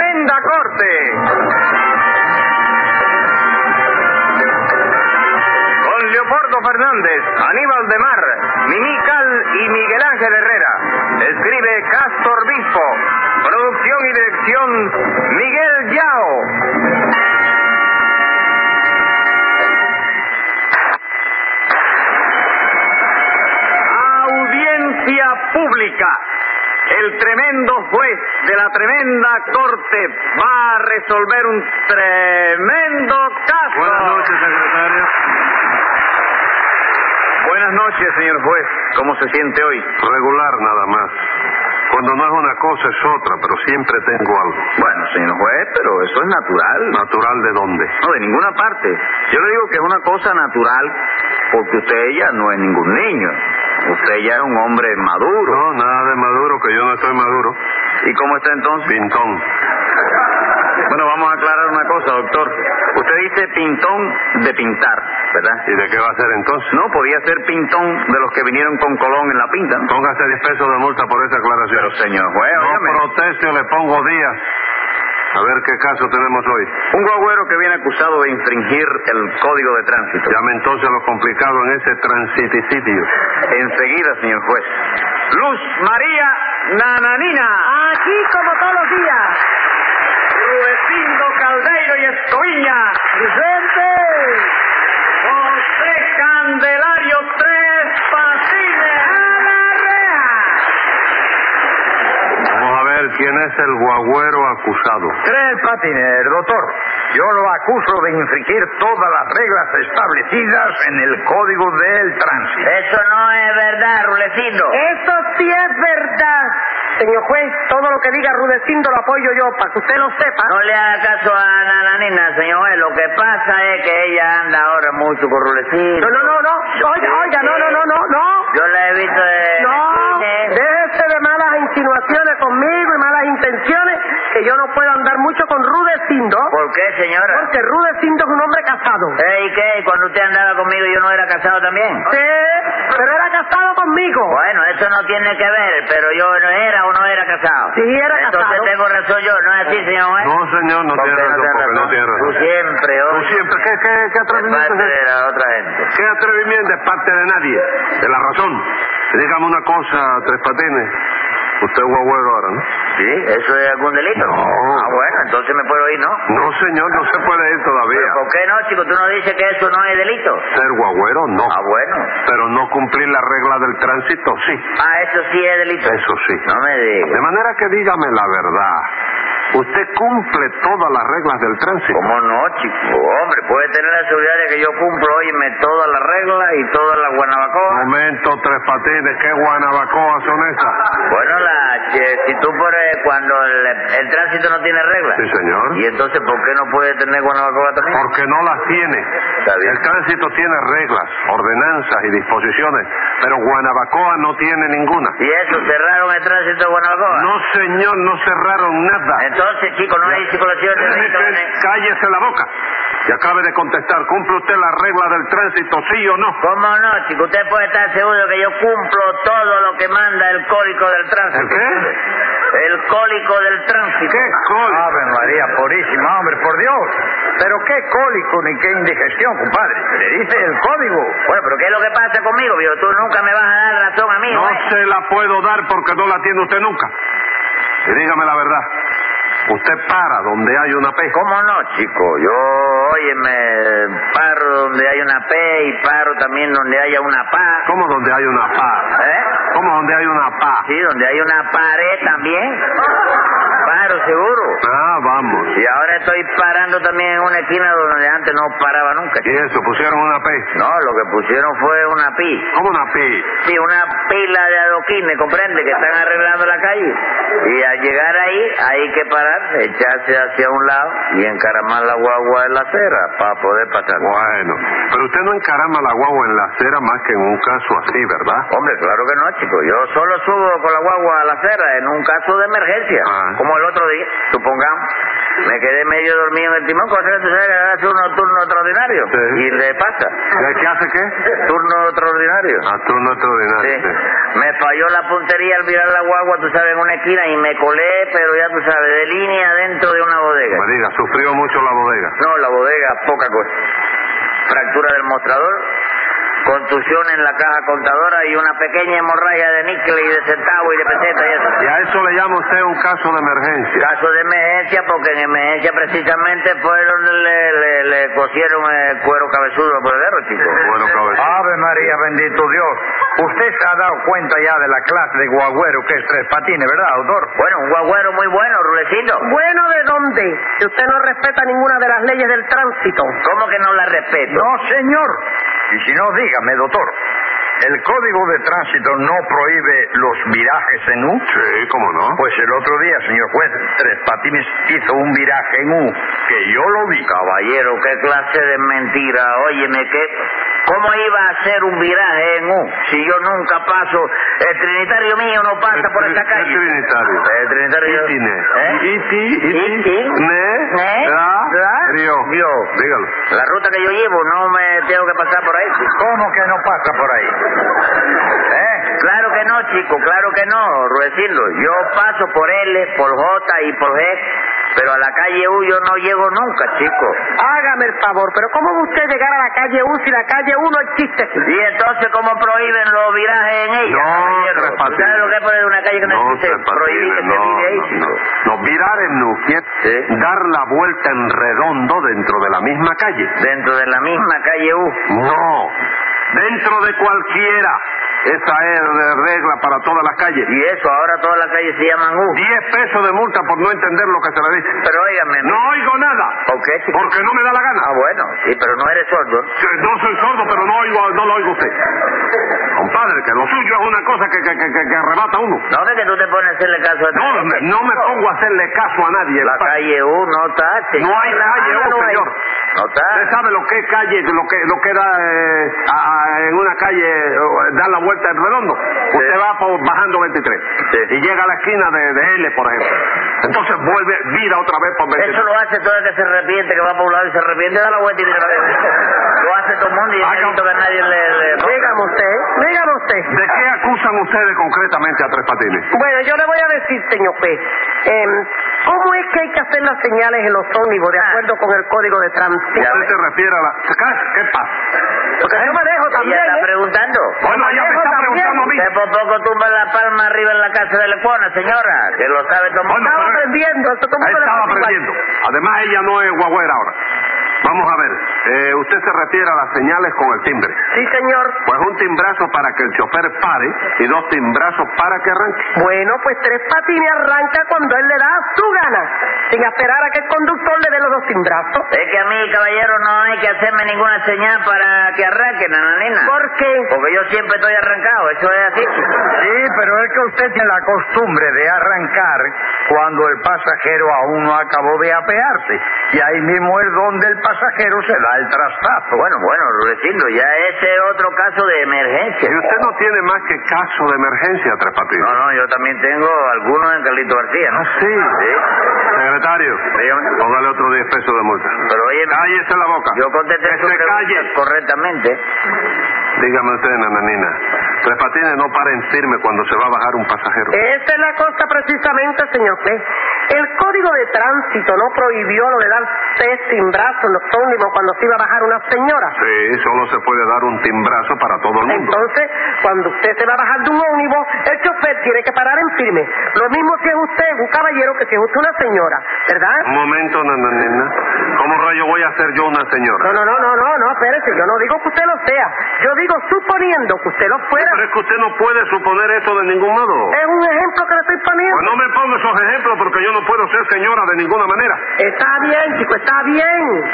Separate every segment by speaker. Speaker 1: deporte. Con Leopoldo Fernández, Aníbal de Mar, Mimical y Miguel Ángel Herrera. Escribe Castor Bispo. Producción y dirección Miguel Yao. Audiencia pública. El tremendo juez de la tremenda corte va a resolver un tremendo caso.
Speaker 2: Buenas noches, secretario.
Speaker 1: Buenas noches, señor juez. ¿Cómo se siente hoy?
Speaker 2: Regular nada más. Cuando no es una cosa es otra, pero siempre tengo algo.
Speaker 1: Bueno, señor juez, pero eso es natural.
Speaker 2: ¿Natural de dónde?
Speaker 1: No, de ninguna parte. Yo le digo que es una cosa natural porque usted ya no es ningún niño. Usted ya es un hombre maduro.
Speaker 2: No, nada de maduro, que yo no estoy maduro.
Speaker 1: ¿Y cómo está entonces?
Speaker 2: Pintón.
Speaker 1: Bueno, vamos a aclarar una cosa, doctor. Usted dice pintón de pintar, ¿verdad?
Speaker 2: ¿Y de qué va a ser entonces?
Speaker 1: No, podía ser pintón de los que vinieron con Colón en la pinta. ¿no?
Speaker 2: Póngase 10 pesos de multa por esa aclaración.
Speaker 1: Pero, señor
Speaker 2: eh,
Speaker 1: juez, óigame.
Speaker 2: no proteste o le pongo días. A ver qué caso tenemos hoy.
Speaker 1: Un guagüero que viene acusado de infringir el código de tránsito.
Speaker 2: Llame entonces a lo complicado en ese transiticidio.
Speaker 1: Enseguida, señor juez. Luz María Nananina,
Speaker 3: Aquí como todos los días.
Speaker 1: Rudecindo Caldeiro y Escoviña,
Speaker 3: Vicente.
Speaker 1: José Candelario Tres Patines.
Speaker 2: Vamos a ver quién es el guagüero acusado.
Speaker 1: Tres Patines, doctor. Yo lo acuso de infringir todas las reglas establecidas en el Código del Tránsito.
Speaker 4: Eso no es verdad, Rulecindo.
Speaker 3: Eso sí es verdad. Señor juez, todo lo que diga Rudecindo lo apoyo yo, para que usted lo sepa.
Speaker 4: No le haga caso a Nananina, señor juez. Lo que pasa es que ella anda ahora mucho con Rulecindo.
Speaker 3: No, no, no, no. Oiga, oiga, no, no, no, no, no.
Speaker 4: Yo la he visto de...
Speaker 3: No,
Speaker 4: de-
Speaker 3: déjese de malas insinuaciones conmigo y malas intenciones, que yo no puedo andar mucho con Rudecindo,
Speaker 4: ¿Por qué, señora?
Speaker 3: porque Rudecindo es un hombre casado.
Speaker 4: Eh, ¿Y qué? ¿Y cuando usted andaba conmigo yo no era casado también?
Speaker 3: Sí, pero era casado conmigo.
Speaker 4: Bueno, eso no tiene que ver, pero yo no era o no era casado.
Speaker 3: Sí, era
Speaker 4: Entonces
Speaker 3: casado.
Speaker 4: tengo razón yo, ¿no es así, señor juez?
Speaker 2: No, señor, no
Speaker 4: ¿Por
Speaker 2: tiene
Speaker 4: qué
Speaker 2: razón, porque no tiene razón.
Speaker 4: Tú siempre,
Speaker 2: Tú
Speaker 4: oye.
Speaker 2: siempre, ¿qué, qué, qué
Speaker 4: Es
Speaker 2: atrevimiento
Speaker 4: parte
Speaker 2: es
Speaker 4: de
Speaker 2: ese?
Speaker 4: la otra gente.
Speaker 2: ¿Qué atrevimiento es parte de nadie? De la razón. Dígame una cosa, Tres Patines. Usted es guagüero ahora, ¿no?
Speaker 4: ¿Sí? ¿Eso es algún delito?
Speaker 2: No.
Speaker 4: Ah, bueno, entonces me puedo ir, ¿no?
Speaker 2: No, señor, no se puede ir todavía.
Speaker 4: ¿Pero ¿Por qué no, chico? ¿Tú no dices que eso no es delito?
Speaker 2: Ser guagüero, no.
Speaker 4: Ah, bueno.
Speaker 2: Pero no cumplir la regla del tránsito, sí.
Speaker 4: Ah, eso sí es delito.
Speaker 2: Eso sí.
Speaker 4: No me
Speaker 2: De
Speaker 4: digas.
Speaker 2: manera que dígame la verdad. ¿Usted cumple todas las reglas del tránsito?
Speaker 4: ¿Cómo no, chico? Hombre, puede tener la seguridad de que yo cumplo, óyeme, todas las reglas y todas las guanabacoas.
Speaker 2: Momento, Tres Patines, ¿qué guanabacoas son esas?
Speaker 4: Bueno, la, eh, si tú por eh, cuando el, el tránsito no tiene reglas.
Speaker 2: Sí, señor.
Speaker 4: ¿Y entonces por qué no puede tener guanabacoa también?
Speaker 2: Porque no las tiene.
Speaker 4: Está bien.
Speaker 2: El tránsito tiene reglas, ordenanzas y disposiciones, pero Guanabacoa no tiene ninguna.
Speaker 4: ¿Y eso cerraron el tránsito de guanabacoa?
Speaker 2: No, señor, no cerraron nada.
Speaker 4: Entonces, chico, no hay circulación de peatones.
Speaker 2: Cállese la boca. Y acabe de contestar, ¿cumple usted la regla del tránsito, sí o no?
Speaker 4: ¿Cómo no, chico? Usted puede estar seguro que yo cumplo todo lo que manda el código del tránsito.
Speaker 2: ¿El qué?
Speaker 4: El código del tránsito.
Speaker 2: ¿Qué código?
Speaker 4: Ah,
Speaker 1: Ave María Purísima, hombre, por Dios. Pero qué cólico ni qué indigestión, compadre. Le dice el código.
Speaker 4: Bueno, pero ¿qué es lo que pasa conmigo, viejo? Tú nunca me vas a dar razón a mí,
Speaker 2: No
Speaker 4: ¿eh?
Speaker 2: se la puedo dar porque no la tiene usted nunca. Y dígame la verdad. Usted para donde hay una pesca.
Speaker 4: ¿Cómo no, chico? Yo, óyeme, paro donde hay una P y paro también donde haya una PA.
Speaker 2: ¿Cómo donde hay una pa?
Speaker 4: ¿Eh?
Speaker 2: ¿Cómo donde hay una pa?
Speaker 4: Sí, donde hay una pared también. Paro, seguro.
Speaker 2: Ah, vamos.
Speaker 4: Y ahora estoy parando también en una esquina donde antes no paraba nunca.
Speaker 2: Y eso, pusieron una P.
Speaker 4: No, lo que pusieron fue una pi.
Speaker 2: ¿Cómo una P?
Speaker 4: Sí, una pila de adoquines, comprende, que están arreglando la calle. Y al llegar ahí, hay que parar, echarse hacia un lado y encaramar la guagua en la acera para poder pasar.
Speaker 2: Bueno, pero usted no encarama la guagua en la acera más que en un caso así, ¿verdad?
Speaker 4: Hombre, claro que no, chico. Yo solo subo con la guagua a la acera en un caso de emergencia.
Speaker 2: Ah.
Speaker 4: Como el otro día, supongamos. Me quedé medio dormido en el timón, cosa que tú sabes que hace un turno extraordinario.
Speaker 2: Sí. Ah,
Speaker 4: Y le pasa.
Speaker 2: ¿Y ¿Qué hace qué?
Speaker 4: Turno extraordinario.
Speaker 2: A turno extraordinario.
Speaker 4: Sí.
Speaker 2: Ah, sí.
Speaker 4: Me me falló la puntería al virar la guagua, tú sabes, en una esquina y me colé, pero ya tú sabes, de línea dentro de una bodega.
Speaker 2: Me diga, sufrió mucho la bodega.
Speaker 4: No, la bodega, poca cosa. Fractura del mostrador, contusión en la caja contadora y una pequeña hemorragia de níquel y de centavo y de peseta y eso.
Speaker 2: Y a eso le llama usted un caso de emergencia.
Speaker 4: Caso de emergencia, porque en emergencia precisamente fue donde le, le, le cosieron el cuero cabezudo al bolero, chico. Ah,
Speaker 2: Bueno, cabezón.
Speaker 5: Ave María, bendito Dios. Usted se ha dado cuenta ya de la clase de guagüero que es Tres Patines, ¿verdad, doctor?
Speaker 4: Bueno, un guagüero muy bueno, Rulecito.
Speaker 3: Bueno, ¿de dónde? Si usted no respeta ninguna de las leyes del tránsito.
Speaker 4: ¿Cómo que no la respeto?
Speaker 5: No, señor. Y si no, dígame, doctor. ¿El código de tránsito no prohíbe los virajes en U?
Speaker 2: Sí, cómo no.
Speaker 5: Pues el otro día, señor juez, Tres Patines hizo un viraje en U, que yo lo vi.
Speaker 4: Caballero, qué clase de mentira. Óyeme, ¿qué? ¿Cómo iba a hacer un viraje en U si yo nunca paso? El trinitario mío no pasa por esta
Speaker 2: El
Speaker 4: calle.
Speaker 2: trinitario.
Speaker 4: El trinitario.
Speaker 2: Itine.
Speaker 4: ¿Eh?
Speaker 2: Iti,
Speaker 4: Iti,
Speaker 2: iti, ne,
Speaker 4: ne,
Speaker 2: ra,
Speaker 4: ¿Eh? ra,
Speaker 2: río.
Speaker 4: río.
Speaker 2: Dígalo.
Speaker 4: La ruta que yo llevo no me tengo que pasar por ahí. chico.
Speaker 5: ¿Cómo que no pasa por ahí? ¿Eh?
Speaker 4: Claro que no, chico, claro que no, Ruedecildo. Yo paso por L, por J y por G, pero a la calle U yo no llego nunca, chico.
Speaker 3: Hágame el favor, pero ¿cómo va usted a llegar a la calle U si la calle U no existe?
Speaker 4: Y entonces, ¿cómo prohíben los virajes en ella?
Speaker 2: No,
Speaker 4: caballero?
Speaker 2: Tres Patines.
Speaker 4: ¿Sabes lo que es poner una calle que no,
Speaker 2: No,
Speaker 4: existe?
Speaker 2: Tres
Speaker 4: Prohibir que se
Speaker 2: Patines, no,
Speaker 4: vive ahí,
Speaker 2: no,
Speaker 4: chico.
Speaker 2: no. No, virar en U quiere
Speaker 4: Sí.
Speaker 2: dar la vuelta en redondo dentro de la misma calle.
Speaker 4: Dentro de la misma calle U.
Speaker 2: No, dentro de cualquiera. Esa es la regla para todas las calles.
Speaker 4: Y eso, ahora todas las calles se llaman U.
Speaker 2: Diez pesos de multa por no entender lo que se le dice.
Speaker 4: Pero óigame,
Speaker 2: No oigo nada,
Speaker 4: ¿por qué, chico?
Speaker 2: porque no me da la gana.
Speaker 4: Ah, bueno, sí, pero no eres sordo.
Speaker 2: Que No soy sordo, pero no oigo, no lo oigo a usted. Compadre, que lo suyo es una cosa que, que, que, que- que arrebata uno.
Speaker 4: No ve que tú te pones a hacerle caso a
Speaker 2: No, me, no me pongo a hacerle caso a nadie.
Speaker 4: La
Speaker 2: compadre.
Speaker 4: calle U no está, chico.
Speaker 2: No hay calle U,
Speaker 4: Ah, no hay.
Speaker 2: señor.
Speaker 4: No está.
Speaker 2: Usted sabe lo que es calle, lo que lo que da eh, a- a- en una calle eh, dar la vuelta en redondo. Usted va por, bajando 23
Speaker 4: Sí.
Speaker 2: y llega a la esquina de, de L, por ejemplo. Entonces vuelve, vira otra vez por 23.
Speaker 4: Eso lo hace todo el que se arrepiente, que va por un lado y se arrepiente, da la vuelta y viene otra vez. Lo hace todo el mundo y yo no he visto que nadie le... le-
Speaker 3: Dígame usted, dígame usted.
Speaker 2: ¿De qué acusan ustedes concretamente a Tres Patines?
Speaker 3: Bueno, yo le voy a decir, señor juez, em, ¿cómo es que hay que hacer las señales en los ómnibus de acuerdo con el código de tránsito?
Speaker 2: ¿Usted se refiere a la... ¿Qué pasa?
Speaker 3: Porque yo manejo
Speaker 4: Ella
Speaker 3: también,
Speaker 4: está
Speaker 3: ¿eh?
Speaker 4: preguntando.
Speaker 2: Bueno, ya me está preguntando a mí.
Speaker 4: Usted por poco tumba la palma arriba en la casa de Lepona, señora, que lo sabe todo el mundo.
Speaker 2: Bueno,
Speaker 3: Estaba
Speaker 2: pero-
Speaker 3: aprendiendo, eso todo el mundo le
Speaker 2: Estaba
Speaker 3: pasa igual.
Speaker 2: aprendiendo. Además, ella no es guagüera ahora. Vamos a ver. eh, usted se refiere a las señales con el timbre.
Speaker 3: Sí, señor.
Speaker 2: Pues un timbrazo para que el chofer pare y dos timbrazos para que arranque.
Speaker 3: Bueno, pues Tres Patines arranca cuando él le da su gana, sin esperar a que el conductor le dé los dos sin brazos.
Speaker 4: Es que a mí, caballero, no hay que hacerme ninguna señal para que arranque,
Speaker 2: Ah.
Speaker 4: nananina.
Speaker 3: Porque
Speaker 4: Porque yo siempre estoy arrancado, eso es así.
Speaker 5: Sí, pero es que usted tiene la costumbre de arrancar cuando el pasajero aún no acabó de apearse. Y ahí mismo es donde el pasajero se da el trastazo.
Speaker 4: Bueno, bueno, Rudecindo, ya ese es otro caso de emergencia.
Speaker 2: Y usted no tiene más que caso de emergencia, Tres Patines.
Speaker 4: No, no, yo también tengo algunos en Carlito García, ¿no?
Speaker 2: Ah, sí. Secretario,
Speaker 4: Dígame.
Speaker 2: póngale otro 10 pesos de multa.
Speaker 4: Pero oye,
Speaker 2: Cállese la boca.
Speaker 4: yo contesté
Speaker 2: Que
Speaker 4: su
Speaker 2: se
Speaker 4: pregunta
Speaker 2: calle.
Speaker 4: correctamente.
Speaker 2: Dígame usted, nananina. Tres Patines no paren firme cuando se va a bajar un pasajero.
Speaker 3: esa es la cosa precisamente, señor juez. El código de tránsito no prohibió lo de dar tres sin brazos en los ómnibus cuando se iba a bajar una señora.
Speaker 2: Sí, solo se puede dar un timbrazo para todo el mundo.
Speaker 3: Entonces, cuando usted se va a bajar de un ómnibus, el chofer tiene que parar en firme. Lo mismo si es usted un caballero que si es usted una señora, ¿verdad?
Speaker 2: Un momento, nananina. ¿Cómo rayo voy a hacer yo una señora?
Speaker 3: No, no, no, no, no, no, espérese, yo no digo que usted lo sea. Yo digo suponiendo que usted lo fuera.
Speaker 2: Pero es que usted no puede suponer eso de ningún modo.
Speaker 3: Es un ejemplo que le estoy
Speaker 2: Pues
Speaker 3: poniendo.
Speaker 2: no me ponga esos ejemplos porque yo no puedo ser señora de ninguna manera.
Speaker 3: Está bien, chico, está bien.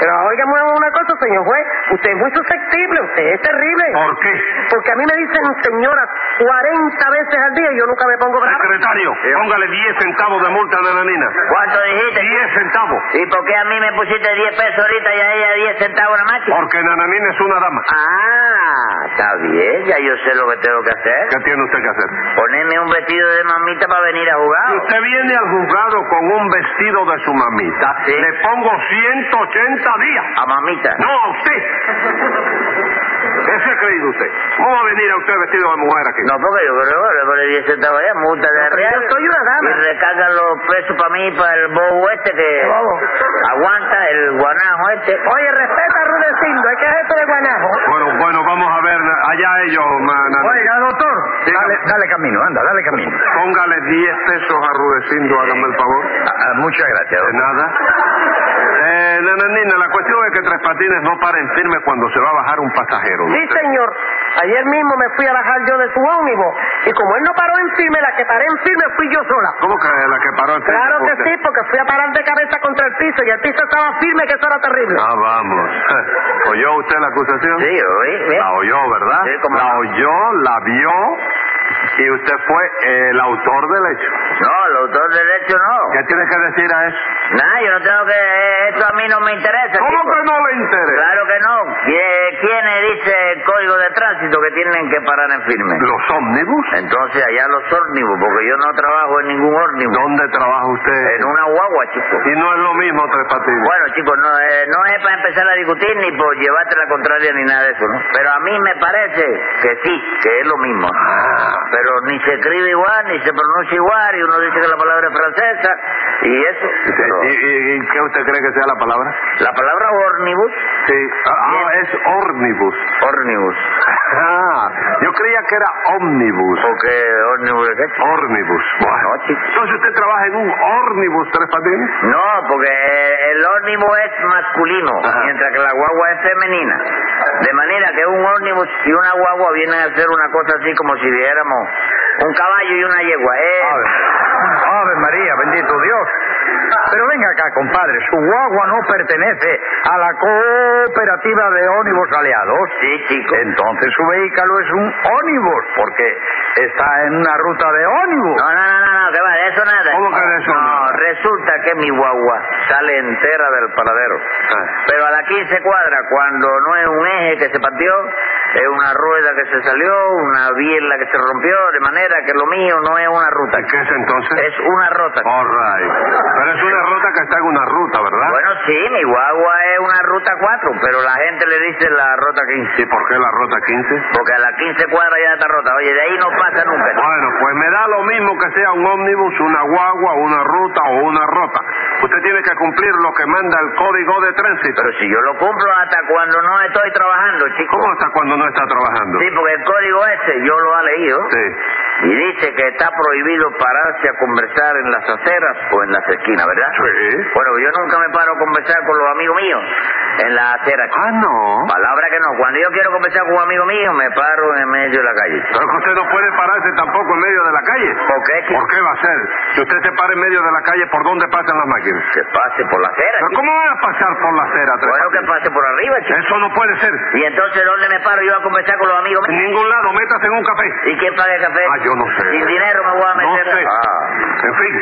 Speaker 3: Pero óigame una cosa, señor juez. Usted es muy susceptible, usted es terrible.
Speaker 5: Oh.
Speaker 2: ¿Por qué?
Speaker 3: Porque a mí me dicen señora 40 veces al día y yo nunca me pongo bravo.
Speaker 2: Secretario, póngale 10 centavos de multa a Nananina.
Speaker 4: ¿Cuánto dijiste?
Speaker 2: 10 centavos.
Speaker 4: ¿Y por qué a mí me pusiste 10 pesos ahorita y a ella 10 centavos nada más? chico?
Speaker 2: Porque Nananina es una dama.
Speaker 4: Ah, está bien, ya yo sé lo que tengo que hacer.
Speaker 2: ¿Qué tiene usted que hacer?
Speaker 4: Ponerme un vestido de mamita para venir a
Speaker 2: Si
Speaker 4: jugar.
Speaker 2: usted viene al juzgado con un vestido de su mamita,
Speaker 4: Ah, Sí.
Speaker 2: le pongo 180 días.
Speaker 4: A mamita.
Speaker 2: No, a usted. ¿Qué se ha creído usted? ¿Cómo va a venir a usted vestido de mujer aquí?
Speaker 4: No, porque yo creo que por el 10 centavos allá, multa de
Speaker 3: pero
Speaker 4: real.
Speaker 3: yo soy una dama.
Speaker 4: Y recargan los pesos para mí, para el bobo este que
Speaker 3: bobo?
Speaker 4: aguanta, el guanajo este.
Speaker 3: Oye, respeta a Rudecindo, es que es esto de Guanajo.
Speaker 2: Bueno, bueno, vamos a ver. Allá ellos, ma- na-
Speaker 5: Oiga, doctor, dale, dale camino, anda, dale camino.
Speaker 2: Póngale 10 pesos a Rudecindo, hágame el favor.
Speaker 5: Ah, ah, muchas gracias,
Speaker 2: De
Speaker 5: doctor.
Speaker 2: nada. Eh, nananina, la cuestión es que Tres Patines no paren firme cuando se va a bajar un pasajero. ¿no?
Speaker 3: Sí, señor. Ayer mismo me fui a bajar yo de su ómnibus. Y como él no paró en firme, la que paré en firme fui yo sola.
Speaker 2: ¿Cómo que la que paró el
Speaker 3: Claro que
Speaker 2: Porque-
Speaker 3: sí, porque fui a parar de cabeza contra el piso y el piso estaba firme, que eso era terrible.
Speaker 2: Ah, vamos. ¿Oyó usted la acusación?
Speaker 4: Sí, oí, ¿eh?
Speaker 2: La oyó, ¿verdad?
Speaker 4: Sí, cómo
Speaker 2: la
Speaker 4: no.
Speaker 2: oyó, la vio y usted fue el autor del hecho.
Speaker 4: No, el autor del hecho no.
Speaker 2: ¿Qué tiene que decir a eso?
Speaker 4: Nada, yo no tengo que... Esto a mí no me interesa.
Speaker 2: ¿Cómo
Speaker 4: chico.
Speaker 2: que no le interesa?
Speaker 4: Claro que no. ¿Qui- ¿Quién dice el código de tránsito que tienen que parar en firme?
Speaker 2: ¿Los ómnibus?
Speaker 4: Entonces allá los ómnibus, porque yo no trabajo en ningún ómnibus.
Speaker 2: ¿Dónde trabaja usted?
Speaker 4: En una guagua, chico.
Speaker 2: Y no es lo mismo, Tres Patines.
Speaker 4: Bueno, chicos, no, eh, no es para empezar a discutir ni por llevarte la contraria ni nada de eso, ¿no? Pero a mí me parece que sí, que es lo mismo. Pero ni se escribe igual, ni se pronuncia igual, y uno dice que la palabra es francesa, y eso. pero
Speaker 2: ¿Y, y- y qué usted cree que sea la palabra?
Speaker 4: la palabra ómnibus,
Speaker 2: Sí. Ah, ah, es ómnibus.
Speaker 4: ómnibus,
Speaker 2: Ah, yo creía que era ómnibus.
Speaker 4: porque ómnibus es qué?
Speaker 2: Ómnibus. Bueno.
Speaker 4: No, chico.
Speaker 2: Entonces usted trabaja en un ómnibus, Tres Patines.
Speaker 4: No, porque eh, el ómnibus es masculino,
Speaker 2: Ajá.
Speaker 4: mientras que la guagua es femenina. De manera que un ómnibus y una guagua vienen a hacer una cosa así como si viéramos un caballo y una yegua. Eh,
Speaker 5: Ave, Ave María, bendito Dios. Pero venga acá, compadre, su guagua no pertenece a la cooperativa de ónibus aliados.
Speaker 4: sí, chico.
Speaker 2: Eh.
Speaker 5: Entonces su vehículo es un ónibus, porque está en una ruta de ónibus.
Speaker 4: No, no, no, no, no, que va, de eso nada.
Speaker 2: ¿Cómo que de eso
Speaker 4: No,
Speaker 2: nada?
Speaker 4: resulta que mi guagua sale entera del paradero.
Speaker 2: Ah,
Speaker 4: Pero a la 15 cuadra, cuando no es un eje que se partió, es una rueda que se salió, una biela que se rompió, de manera que lo mío no es una ruta.
Speaker 2: ¿Qué es entonces?
Speaker 4: Es una rota.
Speaker 2: All right. Pero es una ruta que está en una ruta, ¿verdad?
Speaker 4: Bueno, sí, mi guagua es una ruta 4, pero la gente le dice la ruta 15.
Speaker 2: ¿Y por qué la ruta 15?
Speaker 4: Porque a las 15 cuadras ya está rota. Oye, de ahí no pasa nunca.
Speaker 2: Bueno, pues me da lo mismo que sea un ómnibus, una guagua, una ruta o una rota. Usted tiene que cumplir lo que manda el código de tránsito.
Speaker 4: Pero si yo lo cumplo hasta cuando no estoy trabajando, chico.
Speaker 2: ¿Cómo hasta cuando no está trabajando?
Speaker 4: Sí, porque el código ese yo lo he leído.
Speaker 2: Sí.
Speaker 4: Y dice que está prohibido pararse a conversar en las aceras o en las esquinas, ¿verdad?
Speaker 2: Sí.
Speaker 4: Bueno, yo nunca me paro a conversar con los amigos míos en las aceras. chico.
Speaker 2: Ah, no.
Speaker 4: Palabra que no. Cuando yo quiero conversar con un amigo mío, me paro en medio de la calle. chico.
Speaker 2: Pero que usted no puede pararse tampoco en medio de la calle.
Speaker 4: ¿Por qué, chico?
Speaker 2: ¿Por qué va a ser? Si usted se para en medio de la calle, ¿por dónde pasan las máquinas?
Speaker 4: Que pase por la acera.
Speaker 2: ¿Pero
Speaker 4: chico.
Speaker 2: ¿Cómo van a pasar por la acera? Tres
Speaker 4: Bueno, que
Speaker 2: Patines?
Speaker 4: pase por arriba, chico.
Speaker 2: Eso no puede ser.
Speaker 4: Y entonces, ¿dónde me paro yo a conversar con los amigos
Speaker 2: En
Speaker 4: míos?
Speaker 2: ningún lado, métase en un café.
Speaker 4: ¿Y quién paga el café?
Speaker 2: Ah, yo no sé.
Speaker 4: Sin dinero me voy a
Speaker 2: No
Speaker 4: meter.
Speaker 2: sé.
Speaker 4: Ah.
Speaker 2: En fin,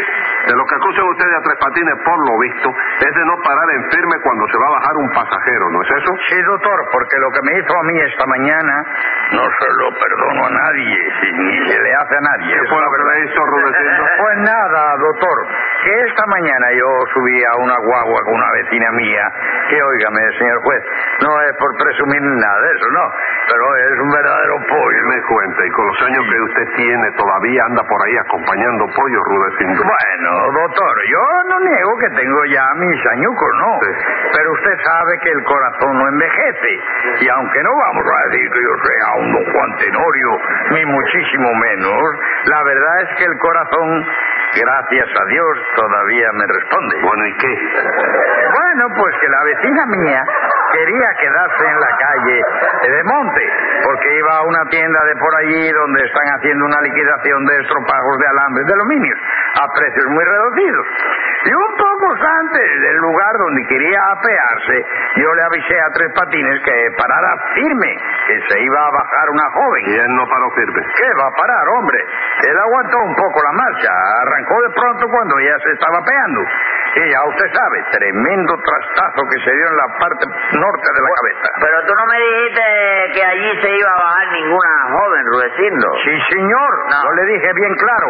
Speaker 2: de lo que acusan ustedes a Tres Patines, por lo visto, es de no parar en firme cuando se va a bajar un pasajero, ¿no es eso?
Speaker 5: Sí, doctor, porque lo que me hizo a mí esta mañana no se lo perdono a nadie, ni se le hace a nadie.
Speaker 2: ¿Qué fue lo que le hizo Rudecindo?
Speaker 5: Pues nada, doctor, que esta mañana yo subí a una guagua con una vecina mía, que óigame, señor juez, no es por presumir ni nada de eso, no, pero es un verdadero pollo.
Speaker 2: Me cuenta, y con los años que usted tiene, todavía anda por ahí acompañando pollo, Rudecindo.
Speaker 5: Bueno, doctor, yo no niego que tengo ya mis añucos, ¿no?
Speaker 2: Sí.
Speaker 5: Pero usted sabe que el corazón no envejece. Y aunque no vamos a decir que yo sea un don Juan Tenorio, ni muchísimo menos, la verdad es que el corazón, gracias a Dios, todavía me responde.
Speaker 2: Bueno, ¿y qué?
Speaker 5: Bueno, pues que la vecina mía quería quedarse en la calle de Monte, porque iba a una tienda de por allí donde están haciendo una liquidación de estropajos de alambres de aluminio a precios muy reducidos. Y un poco antes del lugar donde quería apearse, yo le avisé a Tres Patines que parara firme, que se iba a bajar una joven.
Speaker 2: Y él no paró firme.
Speaker 5: ¿Qué va a parar, hombre? Él aguantó un poco la marcha, arrancó de pronto cuando ya se estaba peando. Y ya usted sabe, tremendo trastazo que se dio en la parte norte de la cabeza.
Speaker 4: Pero tú no me dijiste que allí se iba a bajar ninguna joven, Rudecindo.
Speaker 5: Sí, señor,
Speaker 4: No.
Speaker 5: yo le dije bien claro,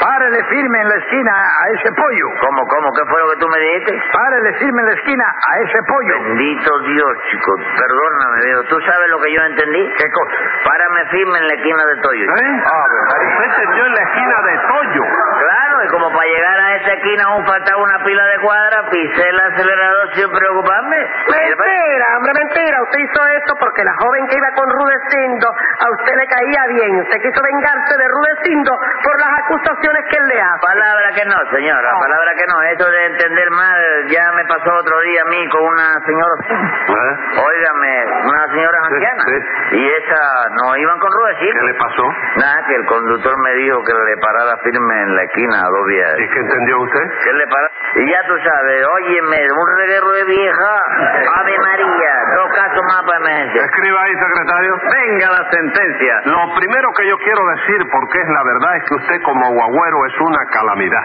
Speaker 5: Párele firme en la esquina a ese pollo.
Speaker 4: ¿Cómo, cómo? ¿Qué fue lo que tú me dijiste?
Speaker 5: Párele firme en la esquina a ese pollo.
Speaker 4: Bendito Dios, chico. Perdóname, viejo. ¿Tú sabes lo que yo entendí?
Speaker 5: ¿Qué cosa? Ah,
Speaker 4: Párame firme en la esquina de Toyo. chico.
Speaker 2: ¿Eh? Usted entendió en la esquina de Toyo.
Speaker 4: Claro, y como para llegar a esa esquina aún faltaba una pila de cuadras, pisé el acelerador sin preocuparme.
Speaker 3: Mentira, hombre, mentira. Usted hizo esto porque la joven que iba con Rudecindo a usted le caía bien. Usted quiso vengarse de Rudecindo por las acusaciones que él le hace.
Speaker 4: Palabra que no, señora,
Speaker 2: Ah.
Speaker 4: palabra que no. Eso de entender mal ya me pasó otro día a mí con una señora.
Speaker 2: ¿Eh?
Speaker 4: Óigame, una señora anciana.
Speaker 2: sí.
Speaker 4: Y esa, no iban con
Speaker 2: ¿Qué
Speaker 4: Rudecindo.
Speaker 2: le pasó?
Speaker 4: Nada, que el conductor me dijo que le parara firme en la esquina a dos vías.
Speaker 2: ¿Y qué entendió usted?
Speaker 4: Que le parara. Y ya tú sabes, óyeme, un reguero de vieja, Ave María, dos casos más para emergencia.
Speaker 2: Escriba ahí, secretario.
Speaker 4: Venga la sentencia.
Speaker 2: Lo primero que yo quiero decir, porque es la verdad, es que usted como guagüero es una calamidad.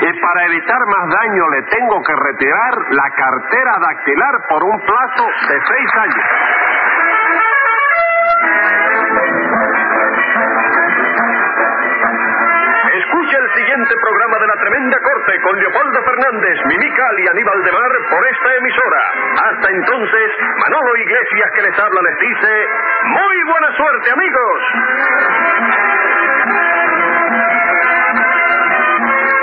Speaker 2: Y para evitar más daño le tengo que retirar la cartera dactilar por un plazo de seis años.
Speaker 6: Escucha el siguiente programa de La Tremenda Corte con Leopoldo Fernández, Mimical y Aníbal de Mar por esta emisora. Hasta entonces, Manolo Iglesias que les habla les dice, ¡Muy buena suerte amigos!